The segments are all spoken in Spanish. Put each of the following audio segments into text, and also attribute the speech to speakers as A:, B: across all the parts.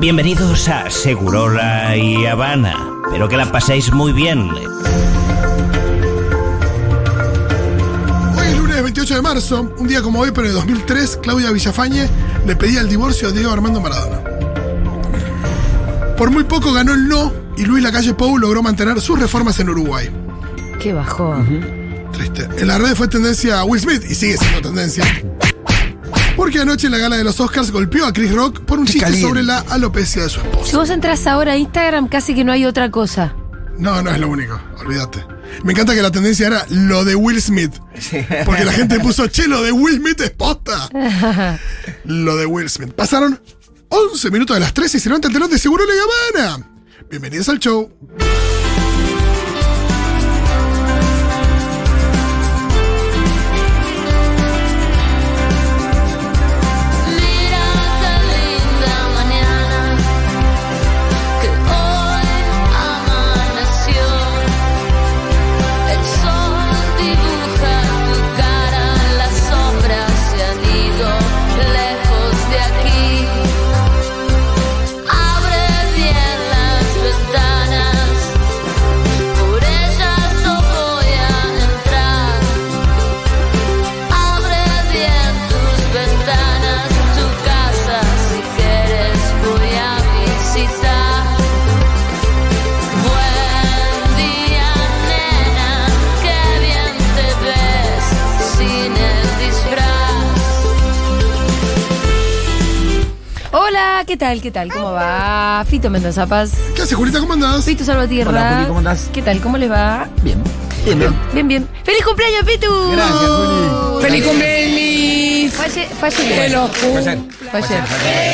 A: Bienvenidos a Segurola y Habana. Espero que la paséis muy bien.
B: Hoy es lunes 28 de marzo, un día como hoy, pero en el 2003, Claudia Villafañe le pedía el divorcio a Diego Armando Maradona. Por muy poco ganó el no y Luis Lacalle Pou logró mantener sus reformas en Uruguay.
C: Qué bajón.
B: Triste. En las redes fue tendencia a Will Smith y sigue siendo tendencia. Porque anoche en la gala de los Oscars golpeó a Chris Rock por un chiste
D: caliente.
B: sobre la alopecia de su esposa.
C: Si vos entras ahora a Instagram, casi que no hay otra cosa.
B: No, no es lo único, olvídate. Me encanta que la tendencia era lo de Will Smith. Porque la gente puso, che, lo de Will Smith es posta. lo de Will Smith. Pasaron 11 minutos de las 13 y se levanta el telón de Seguro La Habana. Bienvenidos al show.
E: Mira qué linda mañana que hoy amaneció. El sol dibuja tu cara, las sombras se han ido lejos de aquí. Abre bien las ventanas, por ellas no voy a entrar. Abre bien tus ventanas, tu casa si quieres voy a visitar. Buen día, nena, que bien te ves sin el disfraz.
C: Hola, ¿qué tal? ¿Qué tal? ¿Cómo va? Fito Mendoza Paz.
B: ¿Qué haces, Julita? ¿Cómo andás?
C: Fito Salvatierra.
D: Hola, Juli, ¿cómo andás?
C: ¿Qué tal? ¿Cómo les va?
D: Bien. Bien, bien.
C: Bien, bien. ¡Feliz cumpleaños, Pitu!
D: Gracias, Juli.
F: ¡Feliz cumpleaños!
C: Falle, falle.
F: Bueno,
D: Va a ser-
C: Falle.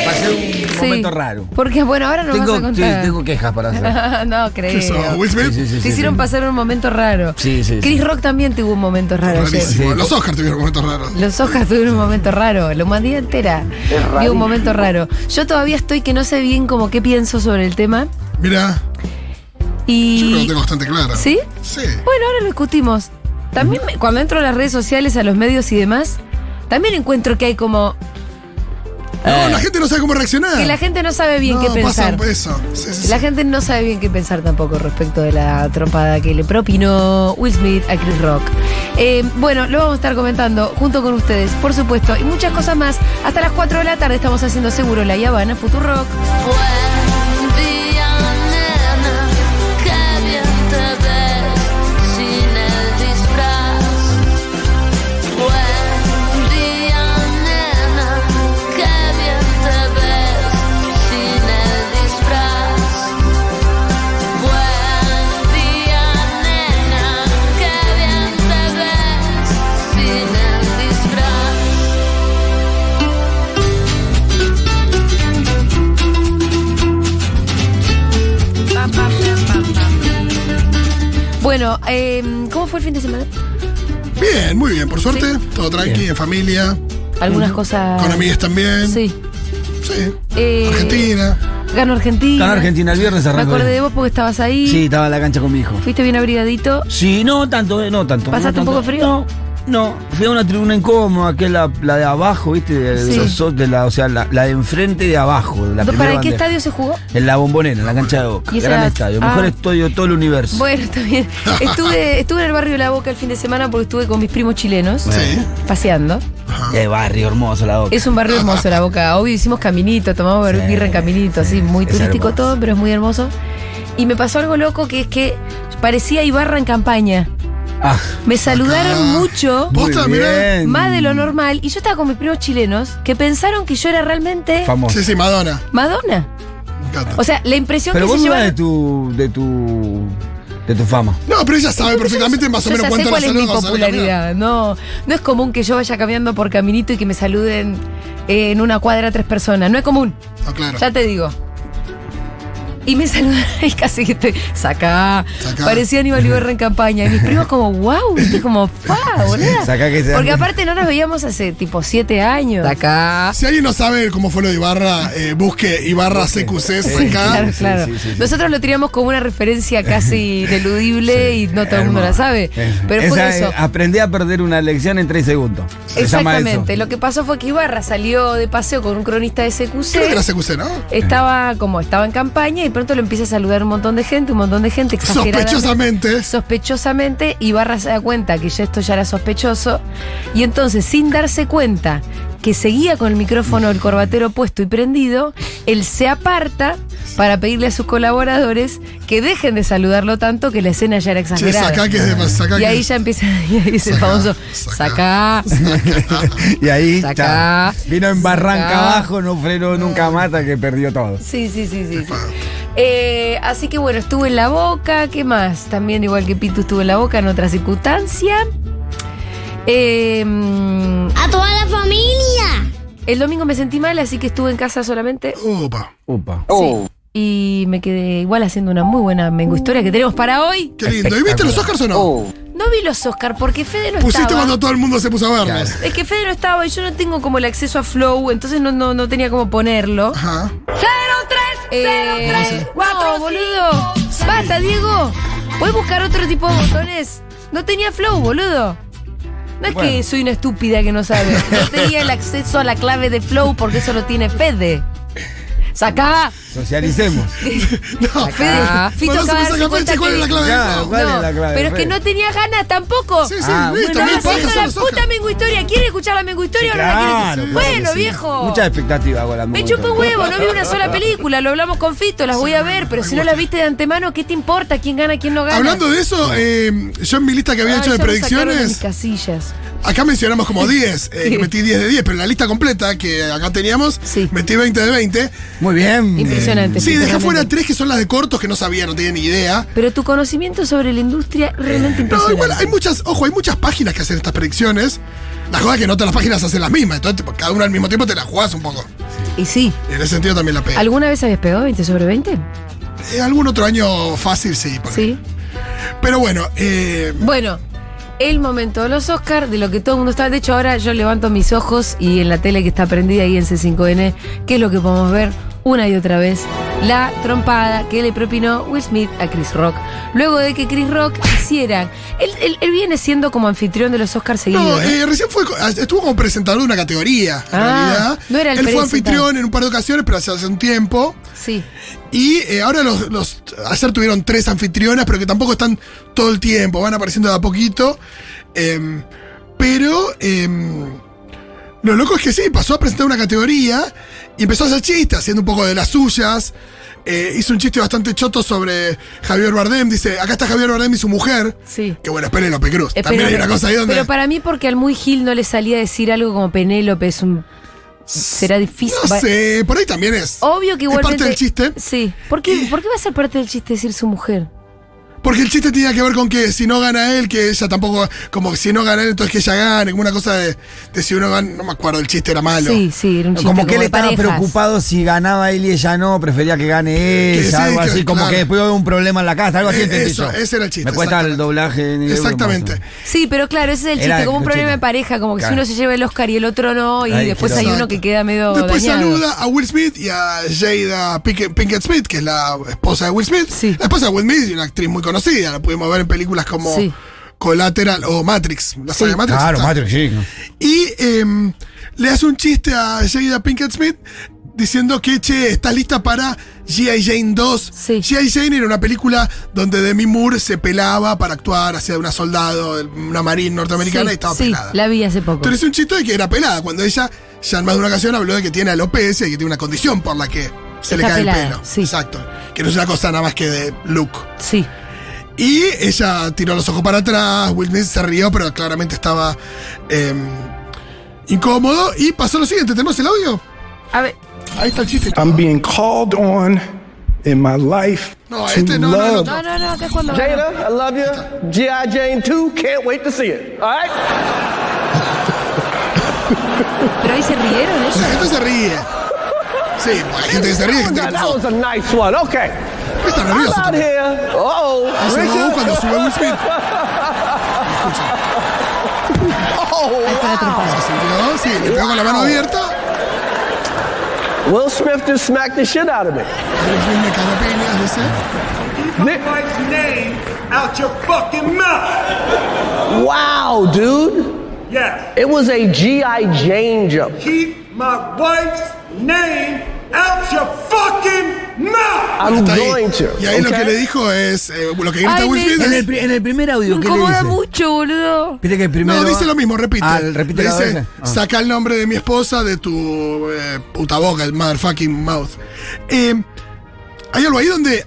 D: va a ser un
C: Sí.
D: momento raro.
C: Porque, bueno, ahora no vas a
D: Tengo, sí,
C: contar.
D: tengo quejas para hacer.
C: no, creo.
B: ¿Qué sos, Will Smith?
D: Sí, sí, sí,
C: Te
D: sí,
C: hicieron
D: sí.
C: pasar un momento raro.
D: Sí, sí, sí.
C: Chris Rock también tuvo un momento raro ayer.
B: Rarísimo. Los Oscars tuvieron momentos raros.
C: Los Oscars tuvieron un momento raro, la humanidad entera vio un momento raro. Yo todavía estoy que no sé bien como qué pienso sobre el tema
B: Mira, yo creo que lo
C: y...
B: tengo bastante claro.
C: ¿Sí?
B: Sí.
C: Bueno, ahora lo discutimos. También me- cuando entro a las redes sociales, a los medios y demás, también encuentro que hay como...
B: No, la gente no sabe cómo reaccionar.
C: Ah. que la gente no sabe bien
B: Ah. no,
C: qué pensar.
B: Pasa pues, eso. Sí, sí, sí.
C: La gente no sabe bien qué pensar tampoco respecto de la trompada que le propinó Will Smith a Chris Rock. Eh, bueno, lo vamos a estar comentando junto con ustedes, por supuesto, y muchas cosas más. Hasta las 4 de la tarde estamos haciendo seguro la Habana Futuro Rock.
E: Buen día, nena, que bien te ves sin el disfraz. Buen día, nena, que bien te ves sin el disfraz. Buen día, nena, que bien te ves sin el disfraz.
C: Bueno, eh, ¿cómo fue el fin de semana?
B: Bien, muy bien, por suerte.
C: Sí.
B: Todo tranqui, en familia.
C: Algunas cosas.
B: Con amigas también.
C: Sí.
B: Sí.
C: Eh,
B: Argentina.
C: Ganó Argentina.
D: Ganó Argentina el viernes
C: Me
D: arrancó.
C: acordé de vos porque estabas ahí.
D: Sí, estaba en la cancha con mi hijo.
C: Fuiste bien abrigadito.
D: Sí, no tanto, eh, no tanto.
C: ¿Pasaste
D: no
C: un
D: tanto.
C: poco frío?
D: No, no. Fui a una tribuna incómoda, que es la, la de abajo, ¿viste? De,
C: Sí.
D: los so- de la, o sea, la, la de enfrente de abajo. de la primera
C: ¿Para qué
D: bandeja.
C: estadio se jugó?
D: En la bombonera, en la cancha de Boca.
C: ¿Y esa
D: Gran
C: era-
D: estadio.
C: ah.
D: Mejor estadio de todo el universo.
C: Bueno, está bien. Estuve, estuve en el barrio de La Boca el fin de semana porque estuve con mis primos chilenos
B: Sí.
C: paseando.
D: Qué barrio hermoso la Boca.
C: Es un barrio hermoso La Boca. Obvio, hicimos caminito, tomamos
D: Sí,
C: birra en caminito,
D: sí,
C: así, muy
D: es
C: turístico
D: hermoso.
C: todo, pero es muy hermoso. Y me pasó algo loco que es que parecía Ibarra en campaña.
D: Ah,
C: Me saludaron
B: Acá.
C: mucho,
B: Ah. Vos
D: muy
B: también, ¿eh?
D: bien.
C: más de lo normal, y yo estaba con mis primos chilenos que pensaron que yo era realmente
D: Famoso.
B: Sí, sí, Madonna.
C: Madonna.
B: Me encanta.
C: O sea, la impresión
D: Pero
C: que
D: vos
C: se
D: dudás de
C: llevaron.
D: tu, de tu. de tu fama.
B: No, pero ella sabe perfectamente más o
C: Yo
B: menos
C: ya sé
B: cuánto
C: cuál
B: la
C: es mi
B: saluda cuando sale a caminar.
C: popularidad. No, no es común que yo vaya caminando por caminito y que me
B: Ah,
C: saluden eh, en una cuadra tres personas. No es común,
B: No, claro.
C: ya te digo. Y me saludan y casi que estoy, saca.
B: Sacá.
C: Parecía Aníbal Ibarra en campaña. Y mis primos como, wow, viste, como, pa, boluda.
D: Sacá que se dan
C: Porque
D: cuenta.
C: aparte no nos veíamos hace tipo siete años. Saca.
B: Si alguien no sabe cómo fue lo de Ibarra, eh, busque Ibarra CQC, saca.
C: Claro,
D: sí,
C: claro.
D: sí, sí, sí.
C: Nosotros lo tiramos como una referencia casi ineludible y no todo el mundo la sabe. Pero
D: Eh, Esa
C: fue
D: es-
C: eso.
D: Aprendí a perder una elección en tres segundos. Se llama eso.
C: Exactamente. Lo que pasó fue que Ibarra salió de paseo con un cronista de SQC.
B: Creo que era CQC, ¿no?
C: Estaba como estaba en campaña y pronto lo empieza a saludar un montón de gente, un montón de gente exageradamente-
B: Sospechosamente.
C: Sospechosamente, Ibarra se da cuenta que ya esto ya era sospechoso. Y entonces, sin darse cuenta que seguía con el micrófono el corbatero puesto y prendido, él se aparta para pedirle a sus colaboradores que dejen de saludarlo tanto que la escena ya era
B: Che,
C: exagerada.
B: saca que es de saca
C: y
B: que-
C: ahí ya empieza, y ahí dice el
B: Sacá,
C: famoso,
B: sacá.
C: sacá,
D: Y ahí
C: Sacá.
D: chao. vino en barranca
C: Sacá.
D: abajo, no frenó nunca más hasta que perdió todo.
C: Sí, sí, sí, sí. sí. Eh, así que bueno, estuve en la boca, ¿qué más? También igual que Pitu estuvo en la boca en otra circunstancia. Eh, mm,
G: ¡A toda la familia!
C: el domingo me sentí mal, así que estuve en casa solamente
B: Opa,
D: Upa.
C: Oh. y me quedé igual haciendo una muy buena mengo historia que tenemos para hoy.
B: qué lindo. ¿Y viste los Oscars o no?
C: No vi los Oscar porque Fede no
B: Pusiste
C: estaba.
B: cuando todo el mundo se puso a verlos.
C: Es que Fede no estaba y yo no tengo como el acceso a Flow, entonces no, no, no tenía como ponerlo.
B: Ajá.
C: Eh, no, boludo. Basta, Diego. Voy a buscar otro tipo de botones. No tenía flow, boludo. No es que soy una estúpida que no sabe. No tenía el acceso a la clave de flow porque eso lo tiene Fede. Sacá.
D: Socialicemos.
B: No,
C: Fede. Fito
B: Cuando se
C: acaba de
B: puso
C: darse
B: acá,
C: cuenta
B: che, ¿cuál
C: que-
B: es la clave?
D: Ya,
B: No.
D: ¿cuál es la clave,
C: pero es que
D: Fede?
C: no tenía ganas tampoco.
B: Sí, sí,
D: Ah,
B: listo,
C: Estaba
B: mil
C: haciendo
B: pajas a
C: la
B: los Oscars.
C: puta mengu historia. ¿Quiere escuchar la mengu historia o no la quiere? Bueno, viejo.
D: Mucha expectativa con la
C: Oh. Me
D: mujer.
C: chupa un huevo, no vi una sola película, lo hablamos con Fito, las voy a ver, pero si no las viste de antemano, ¿qué te importa? ¿Quién gana, quién no gana?
B: Hablando de eso, eh, yo en mi lista que había
C: Ay,
B: hecho de
C: ya Ah, me sacaron de mis
B: predicciones,
C: casillas.
B: acá mencionamos como 10, eh, que metí 10 de 10, pero en la lista completa que acá teníamos,
C: Sí.
B: metí 20 de 20.
D: Muy bien.
C: Impresionante.
B: Sí, dejé
C: sinceramente.
B: fuera 3 que son las de cortos que no sabía, no tenía ni idea.
C: Pero tu conocimiento sobre la industria es realmente
B: No,
C: impresionante.
B: igual hay muchas, ojo, hay muchas páginas que hacen estas predicciones. La joda es que no todas las páginas hacen las mismas, entonces tipo, cada una al mismo tiempo te la jugás un poco.
C: Y sí,
B: En ese sentido también la pegué.
C: ¿alguna vez habías pegado 20 sobre 20?
B: Eh, algún otro año fácil, sí. porque-
C: Sí.
B: Pero bueno, eh,
C: Bueno, el momento de los Oscars, de lo que todo el mundo está. De hecho, ahora yo levanto mis ojos y en la tele que está prendida ahí en C5N, ¿qué es lo que podemos ver? Una y otra vez, la trompada que le propinó Will Smith a Chris Rock. Luego de que Chris Rock hiciera. Él, él- él viene siendo como anfitrión de los Oscars seguido.
B: No,
C: ¿no?
B: eh, recién fue, co- estuvo como presentador de una categoría, en
C: Ah,
B: realidad.
C: no era el
B: Él fue
C: presentador.
B: anfitrión en un par de ocasiones, pero hace, hace un tiempo.
C: Sí.
B: Y eh, ahora los, los- Ayer tuvieron tres anfitrionas, pero que tampoco están todo el tiempo, van apareciendo de a poquito. Em, pero. em, lo loco es que sí, pasó a presentar una categoría y empezó a hacer chistes, haciendo un poco de las suyas. Eh, hizo un chiste bastante choto sobre Javier Bardem. Dice: Acá está Javier Bardem y su mujer.
C: Sí.
B: Que bueno, es Penélope Cruz.
C: Eh,
B: También
C: pero-
B: hay una cosa ahí donde.
C: Pero para mí, porque al muy Gil no le salía a decir algo como Penélope, es un. Será difícil.
B: No
C: va- Oh.
B: sé, por ahí también es.
C: Obvio que
B: Es
C: igualmente.
B: parte del chiste.
C: Sí. ¿Por qué, ¿Por qué va a ser parte del chiste decir su mujer?
B: Porque el chiste tenía que ver con que si no gana él, que ella tampoco. Como que si no gana él, entonces que ella gane. Como una cosa de, de si uno gana. No me acuerdo, el chiste era malo.
C: Sí, sí, era un chiste.
D: Como que él
C: de
D: estaba
C: parejas.
D: preocupado si ganaba él y ella no, prefería que gane
B: Eh, Que
D: ella,
B: sí,
D: algo
B: que-
D: así, como
B: claro.
D: que después hubo un problema en la casa, algo así
B: Eh,
D: entendí
B: eso,
D: yo.
B: ese era el chiste,
D: Me cuesta el
B: exactamente.
D: doblaje. ni de broma,
B: Exactamente.
D: eso.
C: Sí, pero claro, ese es el
D: Era
C: chiste, como un
D: el
C: problema
D: chiste.
C: de pareja, como que si
D: Claro.
C: uno se lleva el Oscar y el otro no, y
D: Ay,
C: después Pues
D: qué
C: hay
B: Exacto.
C: uno que queda medio
B: Después
C: dañado.
B: saluda a Will Smith y a Jada Pinkett, Pinkett Smith, que es la esposa de Will Smith.
C: Sí.
B: La esposa de Will Smith es una actriz muy conocida. La pudimos ver en películas como
C: Sí.
B: Collateral o Matrix. La saga de Matrix.
D: Claro,
B: Está.
D: Matrix, sí.
B: Y em, le hace un chiste a Jada Pinkett Smith diciendo que, che, ¿estás lista para G.I. Jane 2?
C: Sí.
B: G.I. Jane era una película donde Demi Moore se pelaba para actuar, hacía una soldado, una marín norteamericana y
C: Sí,
B: estaba
C: sí,
B: pelada.
C: la vi hace poco.
B: Pero es un chiste de que era pelada, cuando ella ya en más de una ocasión habló de que tiene alopecia y que tiene una condición por la que se le
C: Está
B: cae el
C: pelada,
B: pelo.
C: sí.
B: Exacto. Que no es una cosa nada más que de look.
C: Sí.
B: Y ella tiró los ojos para atrás, Will Smith se rió, pero claramente estaba em, incómodo. Y pasó lo siguiente, ¿tenemos el audio?
C: A ver,
B: Ahí está el chiste.
H: I'm being called on in my life
B: No,
H: to
B: este no, no, no,
H: love.
C: no, no, no, acá es cuando.
I: Jada, I love you. G.I. Jane 2, can't wait to see it. All right?
C: Pero ahí se rieron ¿eh? ellos.
B: La gente se ríe. Sí, hay gente que se ríe, gente que
I: That
B: pasó.
I: was a nice one. Okay.
B: ¿Qué está
I: I'm
B: nervioso?
I: out
B: Tomás?
I: here. Uh-oh.
B: Hace Raúl cuando
I: Richard.
B: sube Will Smith. Escucha,
I: Oh,
C: Para
B: se
C: trompada.
B: sintió, sí, le pegó con la mano abierta.
I: Will Smith just smacked the shit out of me.
B: Will Smith me cagó piñas, dice.
J: wife's name out your fucking mouth.
I: Wow, dude.
J: Yes.
I: It was a G.I. Jane jump.
J: Keep my wife's name out your fucking mouth.
I: I'm
B: Está ahí.
I: going to.
B: Y ahí lo que le
I: okay?
B: dijo es, eh, lo que grita
C: Ay,
B: Will
C: me-
B: Smith
D: En el,
B: es,
D: pri- en el primer audio,
C: Me
D: ¿qué le
C: incomoda
D: dice?
C: mucho, boludo.
D: Viste que primero.
B: No, dice lo mismo, repite.
D: Ah, repite
B: Le
D: la
B: dice,
D: vez. Ah.
B: saca el nombre de mi esposa de tu eh, puta boca, el motherfucking mouth. Eh, hay algo ahí donde,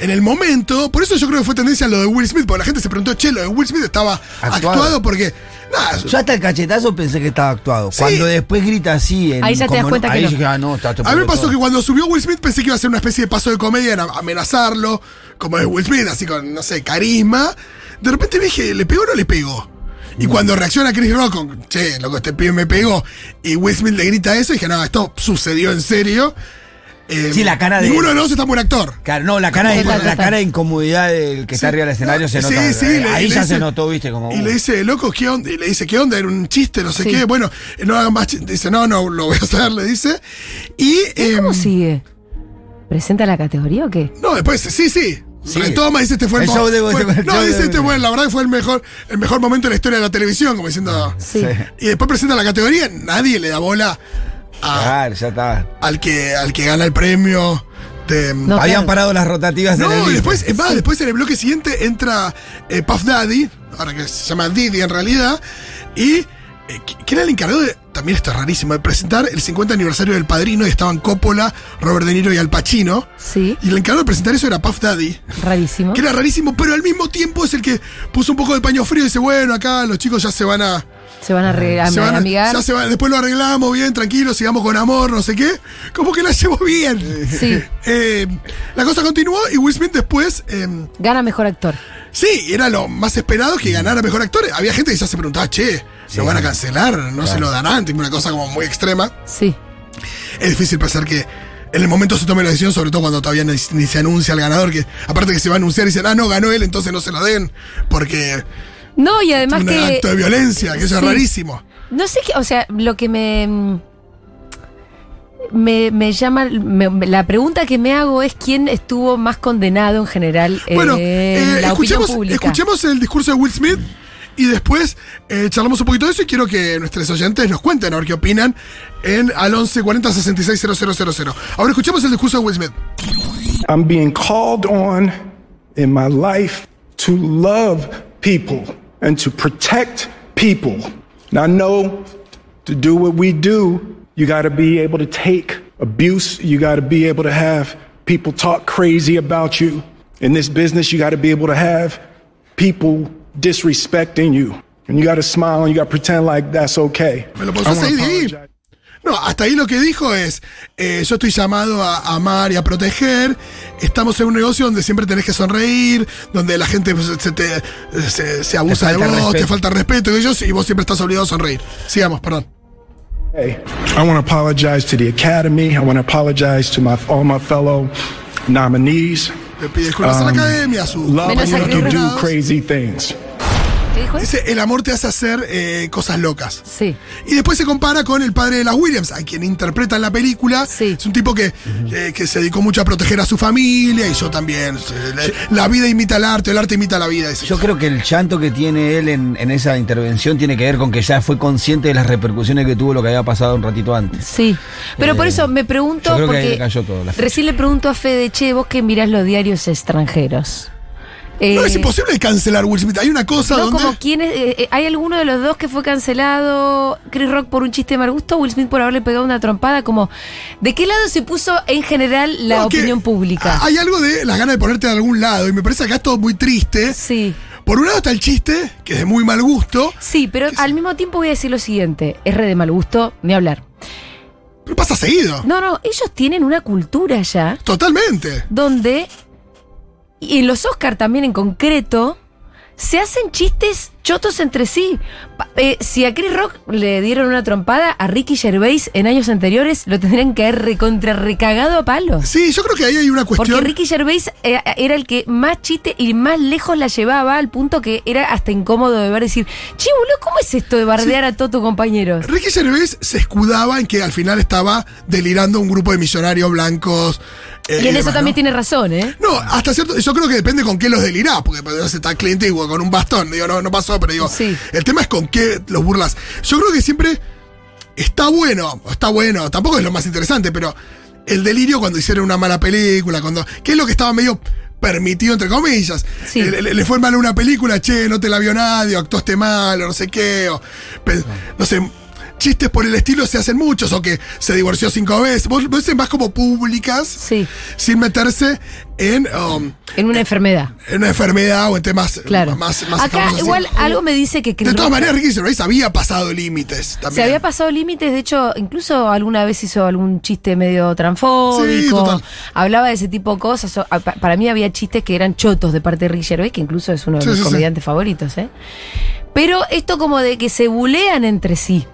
B: en el momento, por eso yo creo que fue tendencia lo de Will Smith, porque la gente se preguntó, che, lo de Will Smith estaba actuado,
D: Actuado.
B: porque, nada,
D: Yo hasta el cachetazo pensé que estaba actuado. Cuando después grita así. En,
C: Ahí ya te
D: como
C: das
D: no-
C: cuenta que
D: ahí
C: no.
D: dije, ah, no, está
B: a mí me pasó que cuando subió Will Smith pensé que iba a ser una especie de paso de comedia, era amenazarlo, como es Will Smith, así con, no sé, carisma. De repente dije, ¿le pegó o no le pegó?
D: Mm.
B: Y cuando reacciona Chris Rock con, che, loco, este pibe me pegó, y Will Smith le grita eso, dije, no, esto sucedió en serio. Eh,
D: Sí, la cara de-
B: Ninguno de los dos es tan buen actor.
D: Claro, no, la cara, de,
C: Total,
D: la
C: total.
D: cara de incomodidad del que está
B: Sí,
D: arriba del escenario
B: no,
D: se
B: sí,
D: nota.
B: sí,
D: ahí
B: le- le
D: ya
B: dice-
D: se notó, viste, como. uh.
B: Y le dice, loco, ¿qué onda? Y le dice, ¿qué onda? Era un chiste, no sé
C: Sí.
B: qué. Bueno, no hagan más chistes. Dice, no, no, lo voy a hacer, le dice. Y.
C: ¿Y ¿Cómo
B: em,
C: sigue? ¿Presenta la categoría o qué?
B: No, después, sí, sí.
D: Sí.
B: Retoma, dice este fue el,
D: El
B: mo-
D: show de-
B: fue-
D: el
B: No,
D: show
B: dice
D: de-
B: este fue, la verdad que fue el mejor, el mejor momento de la historia de la televisión, como diciendo.
C: Sí.
B: Y después presenta la categoría, nadie le da bola a-
D: Claro, ya está.
B: al que al que gana el premio de.
C: No,
D: Habían
C: claro.
D: parado las rotativas
B: No,
D: en el
B: y
D: libro.
B: después, es más, después en el bloque siguiente entra eh, Puff Daddy, ahora que se llama Diddy en realidad, y eh, que- que era el encargado de, también está rarísimo, de presentar el 50 aniversario del padrino y estaban Coppola, Robert De Niro y Al Pacino.
C: Sí,
B: Y el encargado de presentar eso era Puff Daddy.
C: rarísimo.
B: Que era rarísimo, pero al mismo tiempo es el que puso un poco de paño frío y dice, bueno, acá los chicos ya se van a...
C: Se van a, re- a-
B: se van a-
C: amigar.
B: ya se van- después lo arreglamos bien, tranquilos, sigamos con amor, no sé qué. Como que la llevó bien.
C: Sí.
B: Eh, la cosa continuó y Will Smith después... eh,
C: Gana mejor actor.
B: sí, era lo más esperado que ganara Mejor Actor. Había gente que ya se preguntaba, che, lo van a cancelar, no se lo darán. Tipo, una cosa como muy extrema.
C: Sí.
B: Es difícil pensar que en el momento se tome la decisión, sobre todo cuando todavía ni, ni se anuncia el ganador, que aparte que se va a anunciar y dicen, ah, no, ganó él, entonces no se lo den, porque
C: No, y además
B: un
C: que.
B: acto de violencia, que eso es
C: Sí.
B: rarísimo.
C: No sé qué. O sea, lo que me. mm, Me, me llama. me- me- la pregunta que me hago es quién estuvo más condenado en general en
B: bueno, eh,
C: la opinión
B: escuchemos,
C: pública.
B: escuchemos el discurso de Will Smith y después eh, charlamos un poquito de eso y quiero que nuestros oyentes nos cuenten a ver qué opinan en al 11 40 66 000. Ahora escuchemos el discurso de Will Smith.
H: I'm being called on in my life to love people and to protect people. And I know to do what we do, you got to be able to take abuse. You got to be able to have people talk crazy about you. In this business, you got to be able to have people disrespecting you. And you got to smile and you got to pretend like that's okay.
B: Me lo puso
H: I wanna
B: así de ahí.
H: apologize.
B: No, hasta ahí lo que dijo es, eh, yo estoy llamado a amar y a proteger, estamos en un negocio donde siempre tenés que sonreír, donde la gente pues, se, te- se- se abusa de
D: falta
B: vos, te
D: respeto.
B: falta respeto y ellos, y vos siempre estás obligado a sonreír. Sigamos, perdón.
H: Hey, I want to apologize to the Academy. I want to apologize to my all my fellow nominees.
B: Le pide disculpas a la
H: Um,
B: academia, a su
H: Love
C: Menos a
H: when
B: compañeros
C: Chris
H: you do
B: nominados.
H: crazy things.
C: ¿Qué dijo él?
B: Dice, el amor te hace hacer eh, cosas locas.
C: Sí.
B: Y después se compara con el padre de las Williams, a quien interpreta en la película.
C: Sí.
B: Es un tipo que, eh, que se dedicó mucho a proteger a su familia y yo también. Se- le- La vida imita el arte, el arte imita la vida. dice.
D: Yo creo que el llanto que tiene él en, en esa intervención tiene que ver con que ya fue consciente de las repercusiones que tuvo lo que había pasado un ratito antes.
C: Sí, pero por eso me pregunto,
D: Eh, yo creo que ahí
C: porque
D: le cayó todo, la ficha.
C: recién le pregunto a Fede, che, vos que mirás los diarios extranjeros.
B: no es
C: Eh,
B: imposible cancelar Will Smith. Hay una cosa
C: No,
B: donde.
C: como quién es, eh, eh, hay alguno de los dos que fue cancelado, Chris Rock por un chiste de mal gusto, Will Smith por haberle pegado una trompada, como ¿de qué lado se puso en general la
B: no, que Ah.
C: opinión pública?
B: Hay algo de las ganas de ponerte de algún lado. Y me parece que acá es todo muy triste.
C: sí.
B: Por un lado está el chiste, que es de muy mal gusto.
C: Sí, pero al mismo tiempo voy a decir lo siguiente, es re de mal gusto, ni hablar.
B: Ah. Pero pasa seguido.
C: No, no, ellos tienen una cultura ya
B: Totalmente.
C: donde, y en los Oscar también en concreto, se hacen chistes chotos entre sí. Pa- eh, si a Chris Rock le dieron una trompada, a Ricky Gervais en años anteriores lo tendrían que haber recontra recagado a palos.
B: Sí, yo creo que ahí hay una
C: Porque
B: cuestión.
C: Ricky Gervais eh, era el que más chiste y más lejos la llevaba al punto que era hasta incómodo de ver decir, che, boludo, ¿cómo es esto de bardear a todos tus compañeros?
B: Ricky Gervais se escudaba en que al final estaba delirando un grupo de millonarios blancos. eh,
C: Y en eso
B: demás,
C: también
B: ¿no?
C: tiene razón, ¿eh?
B: No, hasta cierto. Yo creo que depende con qué los delirás, porque por ejemplo, está Clint Eastwood con un bastón. Digo, no, no pasó, pero digo.
C: Sí.
B: El tema es con qué los burlas. Yo creo que siempre está bueno, está bueno, tampoco es lo más interesante, pero el delirio cuando hicieron una mala película, cuando. ¿Qué es lo que estaba medio permitido, entre comillas?
C: Sí.
B: Le, le- le fue mal una película, che, no te la vio nadie, o actuaste mal, o no sé qué, o. pe- no sé. Chistes por el estilo se hacen muchos, o que se divorció cinco veces. Vos, vos más como públicas
C: Sí,
B: sin meterse en, um,
C: en una enfermedad.
B: en una enfermedad o en temas
C: Claro.
B: eh, más, más
C: Acá
B: escabrosos,
C: igual
B: así.
C: algo me dice que Chris
B: De todas
C: Rock
B: maneras, Ricky Gervais había pasado límites también.
C: se había pasado límites, de hecho, incluso alguna vez hizo algún chiste medio
B: Sí,
C: transfóbico,
B: total.
C: hablaba de ese tipo de cosas. o- a- pa- Para mí había chistes que eran chotos de parte de Ricky Gervais, que incluso es uno de
B: Sí,
C: mis
B: sí, sí.
C: comediantes favoritos, ¿eh? Pero esto como de que se bulean entre sí.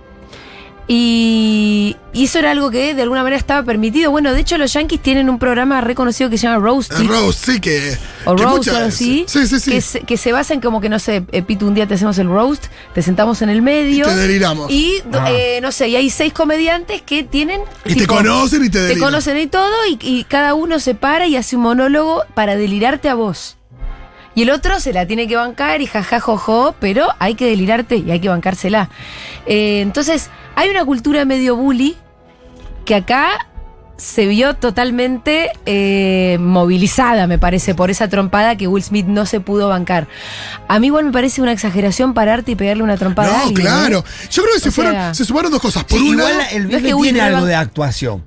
C: Y, y eso era algo que de alguna manera estaba permitido. Bueno, de hecho los Yankees tienen un programa reconocido que se llama Roasty.
B: El Eh, Rose, sí que.
C: O
B: que
C: roast,
B: muchas-
C: algo así.
B: Sí, sí, sí.
C: Que se, que se basa en como que, no sé, eh, Pitu, un día te hacemos el roast, te sentamos en el medio.
B: Y te deliramos.
C: Y, do- eh, no sé, y hay seis comediantes que tienen.
B: y te
C: tipo,
B: conocen y te
C: Te
B: deliran.
C: conocen y todo, y, y cada uno se para y hace un monólogo para delirarte a vos. Y el otro se la tiene que bancar y jaja, jojo, pero hay que delirarte y hay que bancársela. Eh, entonces, hay una cultura medio bully que acá se vio totalmente eh, movilizada, me parece, por esa trompada que Will Smith no se pudo bancar. A mí igual me parece una exageración pararte y pegarle una trompada. a
B: No,
C: alguien,
B: claro.
C: ¿eh?
B: Yo creo que se,
C: O
B: fueron,
C: sea-
B: se sumaron dos cosas.
D: Sí,
B: Por una.
D: igual el
C: no es
D: Bill
C: que
D: tiene
C: Whitmer
D: algo
C: va-
D: de actuación.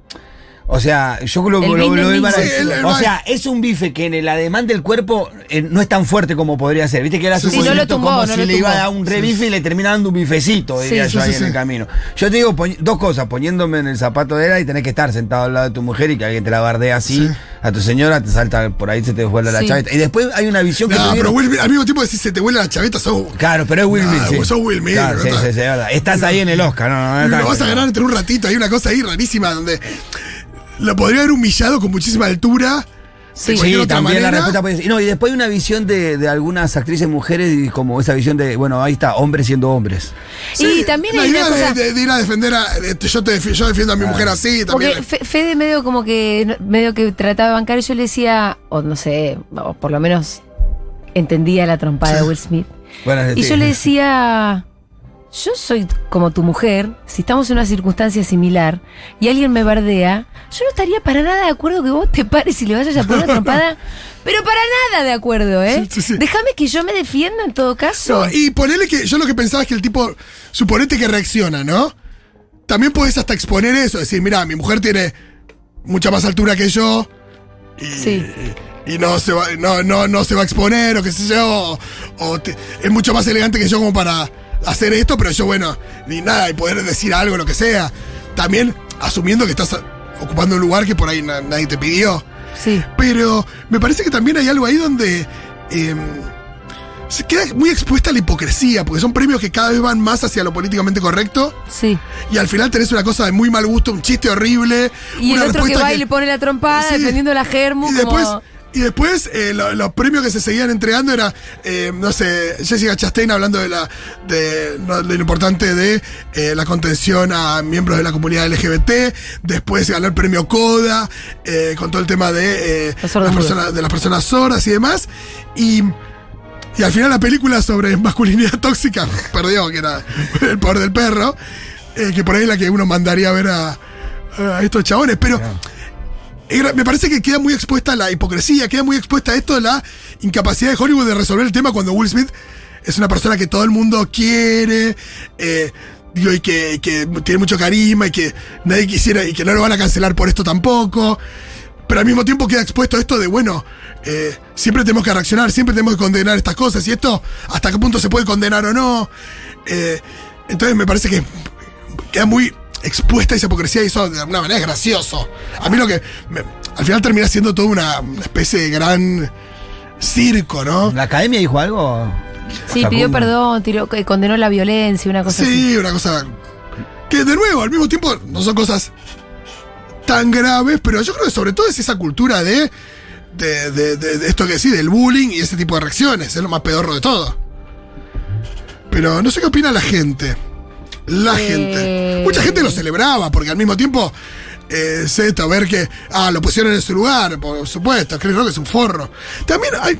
D: O sea, yo lo,
C: El
D: lo,
C: Bill
D: lo-
C: del
D: iba a
C: Bill.
D: decir.
B: Sí, el-
D: O sea, es un bife que en el ademán del cuerpo eh, no es tan fuerte como podría ser. Viste que era
B: Sí,
D: su
B: sí, no lo
C: tumbó,
D: como
C: no
D: si
C: lo
D: le iba a
C: tumbó.
D: dar un rebife y le termina dando un bifecito, diría
C: Sí,
D: yo
B: sí,
D: ahí
B: sí,
D: en el
B: sí.
D: camino. Yo te digo poñ- dos cosas, poniéndome en el zapato de él y tenés que estar sentado al lado de tu mujer y que alguien te la bardea así, a tu señora, te salta por ahí, se te vuela la
C: Sí.
D: chaveta. Y después hay una visión que
B: No,
D: tuvieron-
B: pero Will Smith, al mismo tiempo decís, se te huele la chaveta, sos.
D: Claro, pero es Will
B: Nah,
D: Smith, sí.
B: vos sos Will Smith,
D: Claro,
B: ¿no?
D: sí, sí, sí, es verdad. Estás ahí en el Oscar, no, no, no,
B: lo
D: está-
B: vas a ganar entre un ratito. Hay una cosa ahí rarísima donde. Lo podría haber humillado con muchísima altura.
C: Sí.
B: de
D: Sí,
B: cualquier otra
D: también la
B: manera.
D: respuesta puede ser. No, y después hay una visión de, de algunas actrices mujeres y como esa visión de, bueno, ahí está, hombres siendo hombres.
C: y también
B: la
C: hay
B: idea
C: una cosa. Ah.
B: de, de- de ir a defender a. de- yo, te, defi- yo defiendo a mi mujer así también.
C: Porque Fe- Fede medio como que no- medio que trataba de bancar y yo le decía, o no sé, o por lo menos entendía la trompada de Will Smith.
B: Ah,
D: Bueno, este,
C: Y
D: sí.
C: yo le decía, yo soy como tu mujer, si estamos en una circunstancia similar y alguien me bardea, yo no estaría para nada de acuerdo que vos te pares y le vayas a poner una trompada, pero para nada de acuerdo, ¿eh?
B: Sí, sí, sí.
C: Déjame que yo me defienda en todo caso.
B: No, y ponele que. Yo lo que pensaba es que el tipo. Suponete que reacciona, ¿no? También puedes hasta exponer eso. Decir, mira, mi mujer tiene mucha más altura que yo. Y,
C: Sí.
B: y no, se va, no, no, no se va a exponer, o qué sé yo. O, o te- es mucho más elegante que yo como para hacer esto, pero yo, bueno, ni nada, y poder decir algo, lo que sea. También asumiendo que estás a- ocupando un lugar que por ahí na- nadie te pidió.
C: Sí.
B: Pero me parece que también hay algo ahí donde eh, se queda muy expuesta a la hipocresía, porque son premios que cada vez van más hacia lo políticamente correcto.
C: Sí.
B: Y al final tenés una cosa de muy mal gusto, un chiste horrible.
C: Y
B: una
C: el otro que
B: respuesta
C: va y le pone la trompada
B: Sí.
C: defendiendo la germu.
B: Y
C: como-
B: después, y después eh, lo- los premios que se seguían entregando era, eh, no sé, Jessica Chastain hablando de, la, de, no, de lo importante de eh, la contención a miembros de la comunidad LGBT. Después ganó el premio CODA eh, con todo el tema de, eh,
C: Los sordos
B: las
C: mudos.
B: personas, de las personas sordas y demás. Y. Y al final la película sobre masculinidad tóxica perdió, que era el poder del perro, eh, que por ahí es la que uno mandaría a ver a, a estos chabones. Pero era- me parece que queda muy expuesta la hipocresía, queda muy expuesta a esto la incapacidad de Hollywood de resolver el tema cuando Will Smith es una persona que todo el mundo quiere, eh, digo, y que, que tiene mucho carisma y que nadie quisiera y que no lo van a cancelar por esto tampoco. Pero al mismo tiempo queda expuesto esto de, bueno, eh, siempre tenemos que reaccionar, siempre tenemos que condenar estas cosas y esto, hasta qué punto se puede condenar o no. Eh, entonces me parece que queda muy expuesta a esa hipocresía y eso de alguna manera es gracioso. A mí lo que. me- al final termina siendo toda una, una especie de gran circo, ¿no?
D: ¿La academia dijo algo?
C: Sí, pidió perdón, tiró, eh, condenó la violencia, una cosa así.
B: Sí, una cosa. Que de nuevo, al mismo tiempo, no son cosas tan graves, pero yo creo que sobre todo es esa cultura de. de, de- de- de esto que sí, del bullying y ese tipo de reacciones. Es lo más pedorro de todo. Pero no sé qué opina la gente. La
C: Eh.
B: gente. Mucha gente lo celebraba, porque al mismo tiempo. eh, Es esto, ver que. Ah, lo pusieron en su lugar, por supuesto. Chris Rock es un forro. También hay.